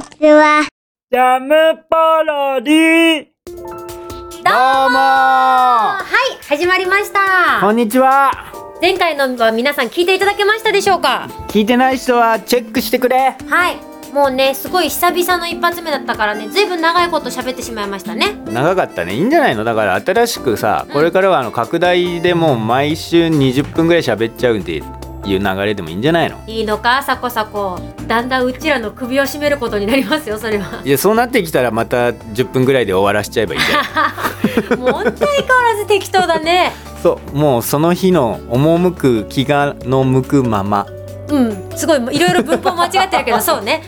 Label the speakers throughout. Speaker 1: ちは。
Speaker 2: ジャムパロディ
Speaker 3: どうも
Speaker 2: も
Speaker 3: はい始まりまし
Speaker 2: こ
Speaker 3: た
Speaker 2: んにちは
Speaker 3: 前回のは皆さん聞いていただけましたでしょうか
Speaker 2: 聞いてない人はチェックしてくれ
Speaker 3: はいもうねすごい久々の一発目だったからねずいぶん長いこと喋ってしまいましたね
Speaker 2: 長かったねいいんじゃないのだから新しくさこれからはあの拡大でもう毎週20分ぐらい喋っちゃうっていう流れでもいいんじゃないの
Speaker 3: いいのかサコサコだんだんうちらの首を絞めることになりますよそれ はい
Speaker 2: やそうなってきたらまた10分ぐらいで終わらしちゃえばいいじゃん
Speaker 3: もう本当相変わらず適当だね
Speaker 2: そうもうその日の赴く気がの向くまま
Speaker 3: うんすごいいろいろ文法間違ってるけどそうね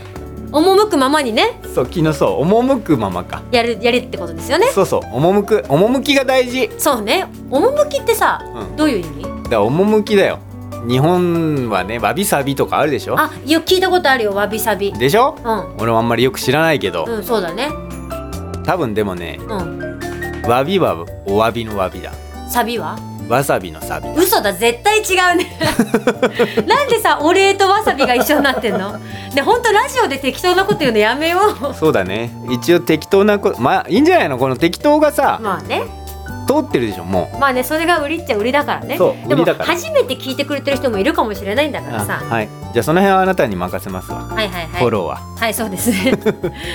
Speaker 3: 赴くままにね
Speaker 2: そう昨日そう赴くままか
Speaker 3: やるやるってことですよね
Speaker 2: そうそう赴く赴きが大事
Speaker 3: そうね趣ってさ、
Speaker 2: うん
Speaker 3: どういう意味
Speaker 2: だから趣だよ日本はねわびさびとかあるでしょ
Speaker 3: あいや聞いたことあるよわびさび
Speaker 2: でしょ
Speaker 3: うん
Speaker 2: 俺もあんまりよく知らないけど、
Speaker 3: うんそうだね
Speaker 2: 多分でもね
Speaker 3: うん
Speaker 2: わびはおわびのわびだ
Speaker 3: サビは
Speaker 2: わさびのさび
Speaker 3: 嘘だ絶対違うね なんでさお礼とわさびが一緒になってんので本当ラジオで適当なこと言うのやめよう
Speaker 2: そうだね一応適当なこまあいいんじゃないのこの適当がさ、
Speaker 3: まあね
Speaker 2: 通ってるでしょも
Speaker 3: まあねそれが売りっちゃ売りだからね
Speaker 2: そう
Speaker 3: で
Speaker 2: 売り
Speaker 3: も
Speaker 2: だから
Speaker 3: 初めて聞いてくれてる人もいるかもしれないんだ
Speaker 2: う
Speaker 3: からさ
Speaker 2: はいじゃあその辺はあなたに任せますわ、
Speaker 3: はいはいはい
Speaker 2: フォローは
Speaker 3: はいそうです ね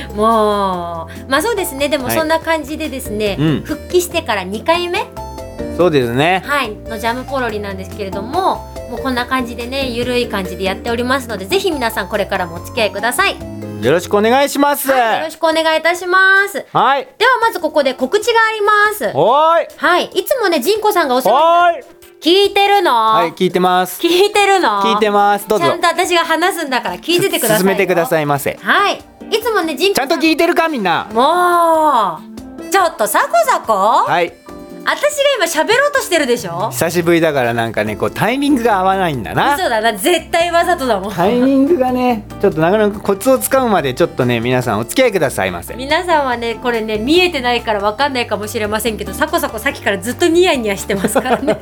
Speaker 3: もうまあそうですねでも
Speaker 2: はい
Speaker 3: そんな感じでですね、
Speaker 2: うん
Speaker 3: 復帰してから2回目、
Speaker 2: そうですね
Speaker 3: はい、のジャムポロリなんですけれどももうこんな感じでねゆるい感じでやっておりますのでぜひ皆さんこれからもお付き合いください、
Speaker 2: よろしくお願いします
Speaker 3: はい、よろしくお願いいたします
Speaker 2: はい
Speaker 3: ではまずここで告知があります
Speaker 2: おーい
Speaker 3: はいいつもねジンコさんがお世
Speaker 2: お
Speaker 3: 話
Speaker 2: ーい
Speaker 3: 聞いてるの、
Speaker 2: はい聞いてます
Speaker 3: 聞いてるの
Speaker 2: 聞いてますどう
Speaker 3: ちゃ
Speaker 2: ぞ
Speaker 3: んと私が話すんだから聞いててくださいよ
Speaker 2: 進めてくださいませ
Speaker 3: はいいつもねジンコ
Speaker 2: ち
Speaker 3: さ
Speaker 2: ゃ
Speaker 3: ん
Speaker 2: んと聞いてるかみんな
Speaker 3: もうちょっとサコサコ、
Speaker 2: はい
Speaker 3: 私が今喋ろうとしてるでしょ
Speaker 2: 久しぶりだからなんかねこうタイミングが合わないんだな
Speaker 3: 嘘だな絶対わざとだもん
Speaker 2: タイミングがねちょっとなかなかコツをつかむまでちょっとね皆さんお付き合いくださいませ
Speaker 3: 皆さんはねこれね見えてないからわかんないかもしれませんけどサコサコさっきからずっとニヤニヤしてますから ね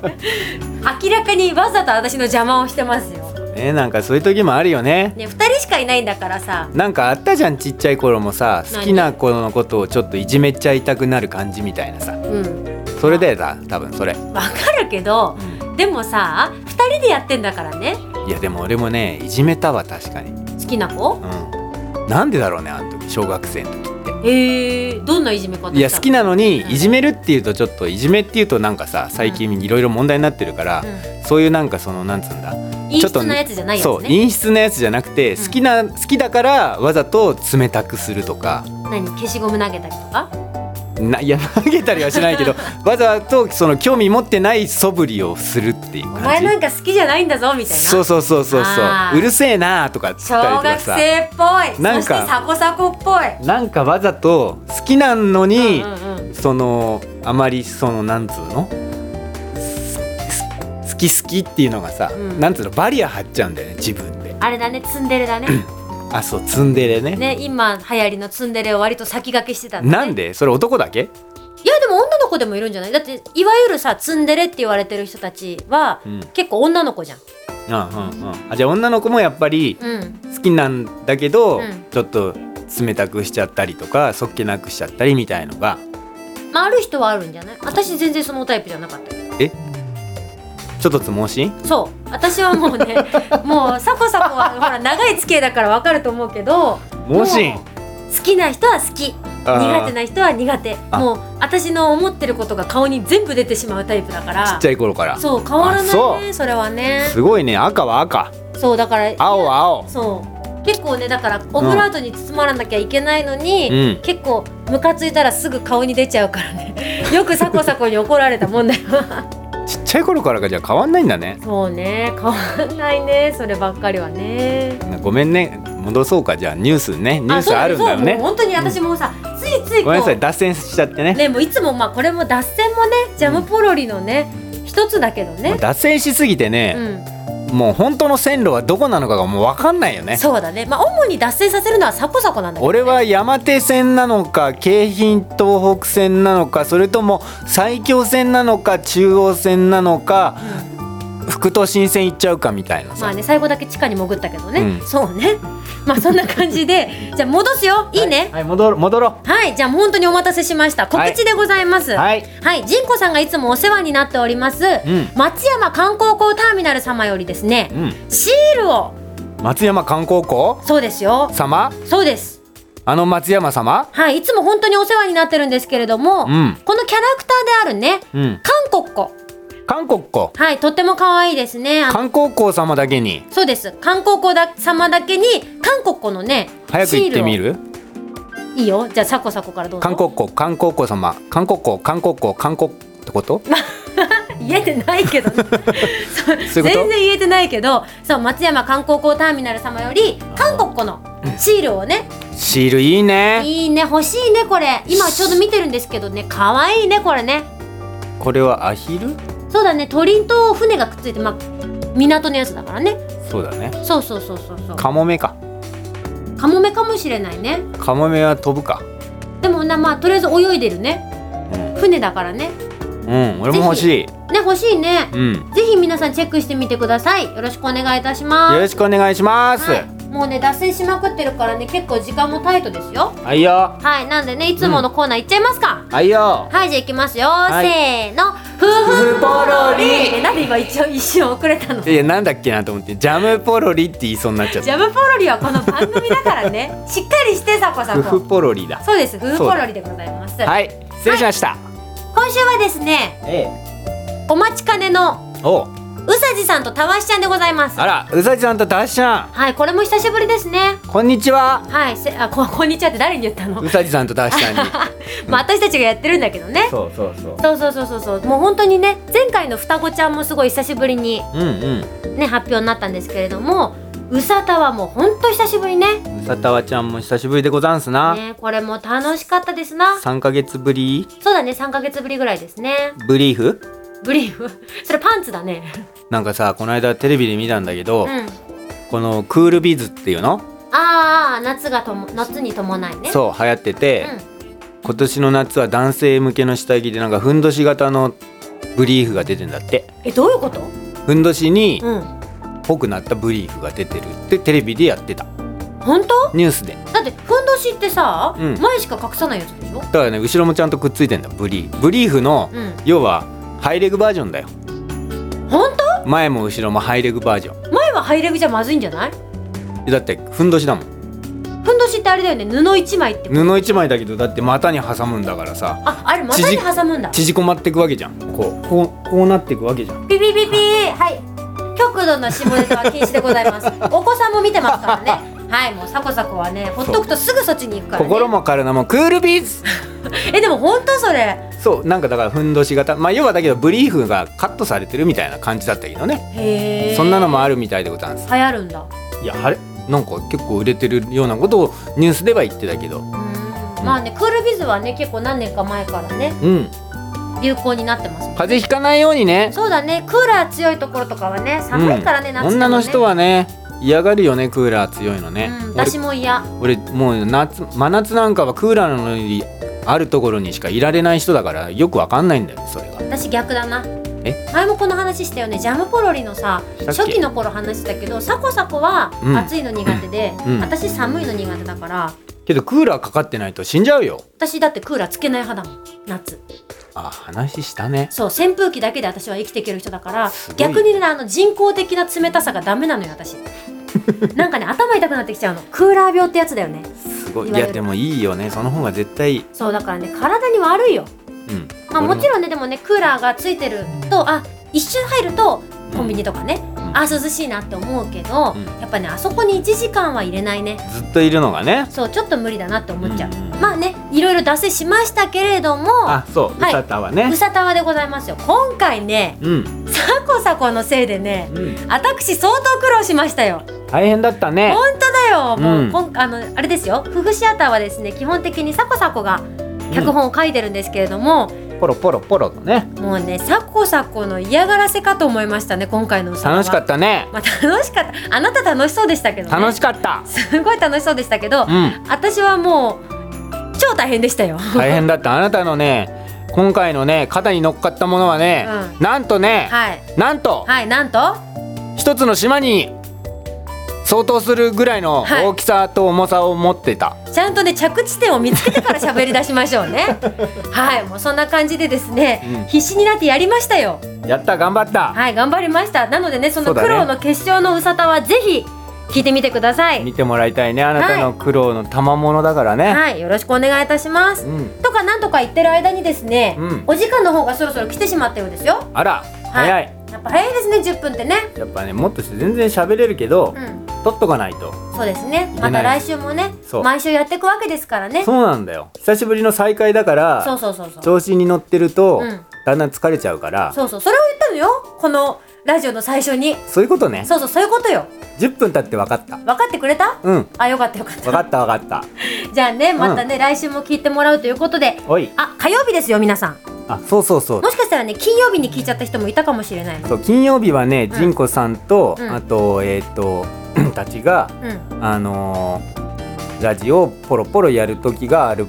Speaker 3: 明らかにわざと私の邪魔をしてますよ
Speaker 2: ねなんかそういう時もあるよね
Speaker 3: ね2人しかいないんだからさ
Speaker 2: なんかあったじゃんちっちゃい頃もさ好きな子のことをちょっといじめちゃいたくなる感じみたいなさ
Speaker 3: うん
Speaker 2: それだよな多分それ
Speaker 3: わかるけどでもさ2人でやってんだからね
Speaker 2: いやでも俺もねいじめたわ確かにう
Speaker 3: 好きな子
Speaker 2: んなんでだろうねあの時小学生の時
Speaker 3: えー、どんないじめ方したの
Speaker 2: いや好きなのにいじめるっていうとちょっといじめっていうとなんかさ最近いろいろ問題になってるから、
Speaker 3: う
Speaker 2: そういうなんかそのなんつうんだ
Speaker 3: 陰
Speaker 2: ちょっと
Speaker 3: 湿なやつじゃないやつ
Speaker 2: そう
Speaker 3: ね
Speaker 2: 陰湿なやつじゃなくて
Speaker 3: うん
Speaker 2: 好きな、好きだからわざと冷たくするとか
Speaker 3: 何消しゴム投げたりとか
Speaker 2: ないや投げたりはしないけ どわざとその興味持ってない素振りをするっていう
Speaker 3: お前
Speaker 2: 感
Speaker 3: なん
Speaker 2: じ。
Speaker 3: か好きじゃないんだぞみたいな
Speaker 2: そうそうそうそう
Speaker 3: あ
Speaker 2: そ
Speaker 3: ー
Speaker 2: ううるせえなとかっつったり
Speaker 3: 小
Speaker 2: とか
Speaker 3: 学
Speaker 2: さ
Speaker 3: 生っぽい
Speaker 2: なん
Speaker 3: そ
Speaker 2: か
Speaker 3: してサコサコっぽい
Speaker 2: なんかわざと好きなのに、
Speaker 3: うんうんうん
Speaker 2: そのあまりそのなんつうのすす好き好きっていうのがさ、
Speaker 3: うん
Speaker 2: なんつうのバリア張っちゃうんだよね自分で
Speaker 3: あれだねツンデレ だね
Speaker 2: あそうツンデレね
Speaker 3: ね今流行りのツンデレを割と先駆けしてたんだね
Speaker 2: なんでそれ男だけ
Speaker 3: いやでも女の子でもいるんじゃないだっていわゆるさツンデレって言われてる人たちは、
Speaker 2: うん
Speaker 3: 結構女の子じゃん
Speaker 2: うんうんうんあじゃあ女の子もやっぱり
Speaker 3: うん
Speaker 2: 好きなんだけど、
Speaker 3: うん
Speaker 2: ちょっと冷たくしちゃったりとかそっけなくしちゃったりみたいのが
Speaker 3: まあある人はあるんじゃない私全然そのタイプじゃなかったけど
Speaker 2: ちょっとつもしん
Speaker 3: そう私はもう ねもうサコサコはほら長い付き合いだからわかると思うけど
Speaker 2: もし
Speaker 3: も
Speaker 2: ん
Speaker 3: う好きな人は好き
Speaker 2: あー
Speaker 3: 苦手な人は苦手
Speaker 2: あ
Speaker 3: もう私の思ってることが顔に全部出てしまうタイプだから
Speaker 2: ちっちゃい頃から
Speaker 3: そう変わらないね
Speaker 2: あそ
Speaker 3: それはね
Speaker 2: すごいね赤は赤
Speaker 3: そうだから
Speaker 2: 青は青
Speaker 3: そう結構ねだからオブラートに包まらなきゃいけないのに、
Speaker 2: うん
Speaker 3: 結構ムカついたらすぐ顔に出ちゃうから ねよくサコサコに怒られたもんだよ
Speaker 2: ちっちゃい頃からがじゃあ変わんないんだね
Speaker 3: そうね変わんないねそればっかりはね
Speaker 2: ごめんね戻そうかじゃあニュースねニュース
Speaker 3: そう
Speaker 2: あるんだ
Speaker 3: そ
Speaker 2: よ
Speaker 3: うもう
Speaker 2: ね
Speaker 3: 本当に私もさ、ついついこう
Speaker 2: ごめんなさい脱線しちゃってね
Speaker 3: ねもういつもまあこれも脱線もねジャムポロリのね一つだけど
Speaker 2: もう
Speaker 3: ね
Speaker 2: 脱線しすぎてね、もう本当の線路はどこなのかがもう分かんないよ
Speaker 3: うん、
Speaker 2: ね
Speaker 3: そうだねまあ主に脱線させるのはサコサコなんだけど
Speaker 2: 俺は山手線なのか京浜東北線なのかそれとも埼京線なのか中央線なのか副都心線行っちゃうかみたいな
Speaker 3: ま
Speaker 2: さ、
Speaker 3: あね最後だけ地下に潜ったけどね、
Speaker 2: うん
Speaker 3: そうねまあそんな感じでじゃあ戻すよいいね
Speaker 2: はい、戻ろう戻ろ
Speaker 3: はい、じゃあ本当にお待たせしました告知でございます
Speaker 2: う
Speaker 3: はい、
Speaker 2: はい
Speaker 3: ジンコさんがいつもお世話になっております、
Speaker 2: ん
Speaker 3: 松山観光港ターミナル様よりですね
Speaker 2: うん
Speaker 3: シールを
Speaker 2: 松山観光校
Speaker 3: そうですよ
Speaker 2: 様
Speaker 3: そうです
Speaker 2: あの松山様
Speaker 3: はい、いつも本当にお世話になってるんですけれども、
Speaker 2: うん
Speaker 3: このキャラクターであるね、
Speaker 2: うん
Speaker 3: 韓国子。
Speaker 2: 韓国校
Speaker 3: はい、とっても可愛いですね。あの
Speaker 2: 観光校様だけに
Speaker 3: そうです。韓国子だ様だけに、韓国子のね、
Speaker 2: 早く行ってみる
Speaker 3: シールをいいよ。じゃあ、サコサコからどうぞ。
Speaker 2: 韓国校韓国校様韓国校韓国校韓国ってこと
Speaker 3: 言えてないけ どね、そう
Speaker 2: そういうこと
Speaker 3: 全然言えてないけど、そう、松山観光港ターミナル様より、韓国子のシールをね、
Speaker 2: シールいいね
Speaker 3: いいね、欲しいね、これ。今ちょうど見てるんですけどね、可愛いね、これね。
Speaker 2: これはアヒル
Speaker 3: そうだね、鳥と船がくっついて、まあ、港のやつだからね。
Speaker 2: そうだね
Speaker 3: そうそうそうそうそう。
Speaker 2: カモメか
Speaker 3: カモメかもしれないね
Speaker 2: カモメは飛ぶか
Speaker 3: でもなまあとりあえず泳いでるね
Speaker 2: うん、
Speaker 3: 船だからねね
Speaker 2: うん、俺も欲しい
Speaker 3: 欲しいね
Speaker 2: うん
Speaker 3: ぜひ皆さんチェックしてみてくださいよろしくお願いいたします
Speaker 2: よろしくお願いします
Speaker 3: はい、もうね脱線しまくってるからね結構時間もタイトですよ
Speaker 2: はいよ
Speaker 3: はいなんでねいつものコーナーいっちゃいますか、
Speaker 2: はいよ
Speaker 3: はいじゃあいきますよ、
Speaker 2: い
Speaker 3: せーの夫婦ポロリえなんで今一応一瞬遅れたの
Speaker 2: いやなんだっけなと思ってジャムポロリって言いそうになっちゃっ
Speaker 3: ジ
Speaker 2: た
Speaker 3: ャムポロリはこの番組だからねしっかりしてさこさ
Speaker 2: 夫婦
Speaker 3: こ
Speaker 2: ポロリだ
Speaker 3: そうです夫婦ポロリでございます、
Speaker 2: はい失礼しました、
Speaker 3: 今週はですね
Speaker 2: え
Speaker 3: お待ちかねの
Speaker 2: えおう
Speaker 3: うさじさんとたわしちゃんでございます
Speaker 2: あらうさじさんとたしちゃん
Speaker 3: はいこれも久しぶりですね
Speaker 2: こんにちは
Speaker 3: はいせあここんにちはって誰に言った の
Speaker 2: うさじさんとたしちゃ んに
Speaker 3: まあ私たちがやってるんだけどね
Speaker 2: そうそうそう
Speaker 3: そうそうそうそうそうもう本当にね前回の双子ちゃんもすごい久しぶりに
Speaker 2: うん
Speaker 3: ね発表になったんですけれどもうさたわも本当久しぶりね
Speaker 2: うんうさたわちゃんも久しぶりでござんすな、
Speaker 3: ねこれも楽しかったですな
Speaker 2: 三ヶ月ぶり
Speaker 3: そうだね3ヶ月ぶりぐらいですね
Speaker 2: ブリーフ
Speaker 3: ブリーフ それパンツだね
Speaker 2: なんかさこの間テレビで見たんだけど、
Speaker 3: うん
Speaker 2: このクールビズっていうの、
Speaker 3: あーあー夏がとも夏に伴いね
Speaker 2: そう流行ってて、
Speaker 3: うん
Speaker 2: 今年の夏は男性向けの下着でなんかふんどし型のブリーフが出てんだって
Speaker 3: えどういうこと
Speaker 2: ふんどしに
Speaker 3: うん
Speaker 2: ぽくなったブリーフが出てるってテレビでやってた
Speaker 3: 本当
Speaker 2: ニュースで
Speaker 3: だってふんどしってさ、
Speaker 2: うん
Speaker 3: 前しか隠さないやつでしょ
Speaker 2: だからね後ろもちゃんとくっついてんだブリーフブリーフの、
Speaker 3: う
Speaker 2: 要はハイレグバージョンだよ
Speaker 3: ん本当
Speaker 2: 前も後ろもハイレグバージョ
Speaker 3: 前はハイレグじゃまずいんじゃない
Speaker 2: ンだってふんどしだもん
Speaker 3: ふんどしってあれだよね布一枚って
Speaker 2: 布一枚だけどだって股に挟むんだからさ
Speaker 3: ああれ股に挟むんだピ
Speaker 2: 縮こまってくわけじゃんこうこうこうなってくわけじゃん
Speaker 3: ピピピはい極度の下ネタは禁止でござい ますお子さんも見てますからねはいもうサコサコはねほっとくとすぐそっちに行くから、ね、
Speaker 2: 心も体もクールビーズ
Speaker 3: えでも本当それ
Speaker 2: そうなんかだからふんどし型まあ要はだけどブリーフがカットされてるみたいな感じだったけどね
Speaker 3: へえ
Speaker 2: そんなの
Speaker 3: 流
Speaker 2: もあるみたいでございます
Speaker 3: 行るんだ
Speaker 2: いやあれなんか結構売れてるようなことをニュースでは言ってたけど
Speaker 3: うんまあねクールビズはね結構何年か前からね
Speaker 2: うん
Speaker 3: 流行になってますもん
Speaker 2: 風邪ひかないようにね
Speaker 3: そうだねクーラー強いところとかはね寒いからね、夏とかね
Speaker 2: 女の人はね嫌がるよねクーラー強いのね、
Speaker 3: うん、私も嫌
Speaker 2: 俺俺もう夏真夏なんかはクーラーのよりあるところにしかいられない人だからよくわかんないんだよねそれが
Speaker 3: 私逆だな
Speaker 2: え
Speaker 3: 前もこの話したよねジャムポロリのさ
Speaker 2: したっけ
Speaker 3: 初期の頃話したけどサコサコは
Speaker 2: うん
Speaker 3: 暑いの苦手で、
Speaker 2: うん
Speaker 3: 私寒いの苦手だから
Speaker 2: けどクーラーかかってないと死んじゃうよ
Speaker 3: 私だってクーラーつけない派だもん夏
Speaker 2: あ話したね
Speaker 3: そう扇風機だけで私は生きていける人だから
Speaker 2: ごい
Speaker 3: 逆にねあの人工的な冷たさがダメなのよ 私なんかね頭痛くなってきちゃうのクーラー病ってやつだよね
Speaker 2: すごいい
Speaker 3: 言われ
Speaker 2: や
Speaker 3: る
Speaker 2: でもいいよねその方が絶対いい
Speaker 3: そうだからね体に悪いよ
Speaker 2: うん
Speaker 3: まあ、
Speaker 2: 俺
Speaker 3: もちろんねでもねクーラーがついてるとあ一瞬入るとコンビニとかね、
Speaker 2: ん
Speaker 3: あ涼しいなって思うけど、
Speaker 2: うん
Speaker 3: やっぱねあそこに1時間は入れないね
Speaker 2: ずっといるのがね
Speaker 3: そうちょっと無理だなって思っちゃう、
Speaker 2: うんうん
Speaker 3: まあねいろいろ脱線しましたけれども
Speaker 2: あそう
Speaker 3: はいう
Speaker 2: さたはね
Speaker 3: うさたわでございますよ今回ね
Speaker 2: うん、
Speaker 3: サコサコのせいでね
Speaker 2: うん、
Speaker 3: 私相当苦労しましたよ
Speaker 2: 大変だったね
Speaker 3: 本当だよもう、
Speaker 2: うん
Speaker 3: こんあのあれですよフグシアターはですね基本的にサコサコが脚本を書いてるんですけれども、
Speaker 2: ポロポロポロとね
Speaker 3: もうねサコサコの嫌がらせかと思いましたね今回のうさたわ
Speaker 2: 楽しかったね
Speaker 3: まあ、楽しかったあなた楽しそうでしたけどね
Speaker 2: 楽しかった
Speaker 3: すごい楽しそうでしたけど、
Speaker 2: うん
Speaker 3: 私はもう超大変でしたよ
Speaker 2: 大変だったあなたのね今回のね肩に乗っかったものはね、なんとね、
Speaker 3: はい
Speaker 2: なんと
Speaker 3: はいなんと
Speaker 2: 一つの島に相当するぐらいの
Speaker 3: はい
Speaker 2: 大きさと重さを持ってた、
Speaker 3: ちゃんとね着地点を見つけてから喋り出しましょう ねはいもうそんな感じでですね、
Speaker 2: うん
Speaker 3: 必死になってやりましたよ
Speaker 2: やった頑張った、
Speaker 3: はい頑張りましたなのでねその
Speaker 2: そうだ
Speaker 3: 苦
Speaker 2: ね
Speaker 3: 労の結晶のうさたはぜひ聞いてみてください、
Speaker 2: 見てもらいたいねあなたの苦労の賜物だからね、
Speaker 3: はいよろしくお願いいたします
Speaker 2: うん
Speaker 3: とかなんとか言ってる間にですね、
Speaker 2: うん
Speaker 3: お時間の方がそろそろ来てしまったようですよ
Speaker 2: あら、早い
Speaker 3: やっぱ早いですね10分ってね
Speaker 2: やっぱねもっと全然喋れるけど、
Speaker 3: うん
Speaker 2: 取っとかないと
Speaker 3: そうですね
Speaker 2: いけ
Speaker 3: ま
Speaker 2: ない
Speaker 3: た来週もね
Speaker 2: そう
Speaker 3: 毎週やっていくわけですからねそ
Speaker 2: そうなんだよ久しぶりの再会だから
Speaker 3: うそうそうそう
Speaker 2: 調子に乗ってると、
Speaker 3: うん
Speaker 2: だんだん疲れちゃうから
Speaker 3: そうそうそれを言ったのよこのラジオの最初に
Speaker 2: そういうことね
Speaker 3: そうそうそういうことよ
Speaker 2: 10分経って分かった
Speaker 3: 分かってくれた
Speaker 2: うん
Speaker 3: あよかったよかっ
Speaker 2: 分
Speaker 3: た
Speaker 2: かった分かっ
Speaker 3: じゃあねまたね、来週も聞いてもらうということで
Speaker 2: たおい
Speaker 3: あ火曜日ですよ皆さん
Speaker 2: あそうそうそう
Speaker 3: もしかしたらね金曜日に聞いちゃった人もいたかもしれないの
Speaker 2: そう金曜日はね
Speaker 3: うん
Speaker 2: 仁子さんと、
Speaker 3: うん
Speaker 2: あとえっ、と たちが
Speaker 3: うん
Speaker 2: あのーラジオをポロポロやる時がある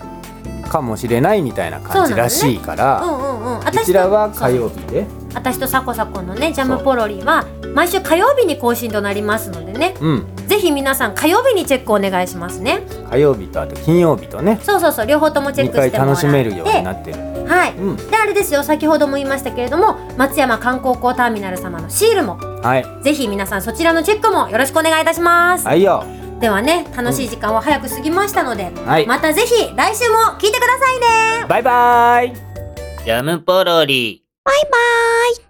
Speaker 2: かもしれないみたいな感じらしいか
Speaker 3: う
Speaker 2: ら、
Speaker 3: んうんうん
Speaker 2: こちらは
Speaker 3: そう
Speaker 2: 火曜日で
Speaker 3: 私とサコサコのねジャムポロリは毎週火曜日に更新となりますのでね
Speaker 2: うん
Speaker 3: ぜひ皆さん火曜日にチェックお願いしますね
Speaker 2: 火曜日とあと金曜日とね
Speaker 3: そうそうそう両方ともチェッ
Speaker 2: 2
Speaker 3: クして
Speaker 2: 回
Speaker 3: もらって
Speaker 2: 楽しめるようになってる、
Speaker 3: はい
Speaker 2: うん、
Speaker 3: であれですよ先ほども言いましたけれども松山観光港ターミナル様のシールも
Speaker 2: はい
Speaker 3: ぜひ皆さんそちらのチェックもよろしくお願いいたします、
Speaker 2: はいよ
Speaker 3: ではね楽しい時間は早く過ぎましたので、
Speaker 2: はい
Speaker 3: またぜひ来週も聞いてくださいね
Speaker 2: バイバイ
Speaker 1: ジャムポロリ。
Speaker 3: バイバイ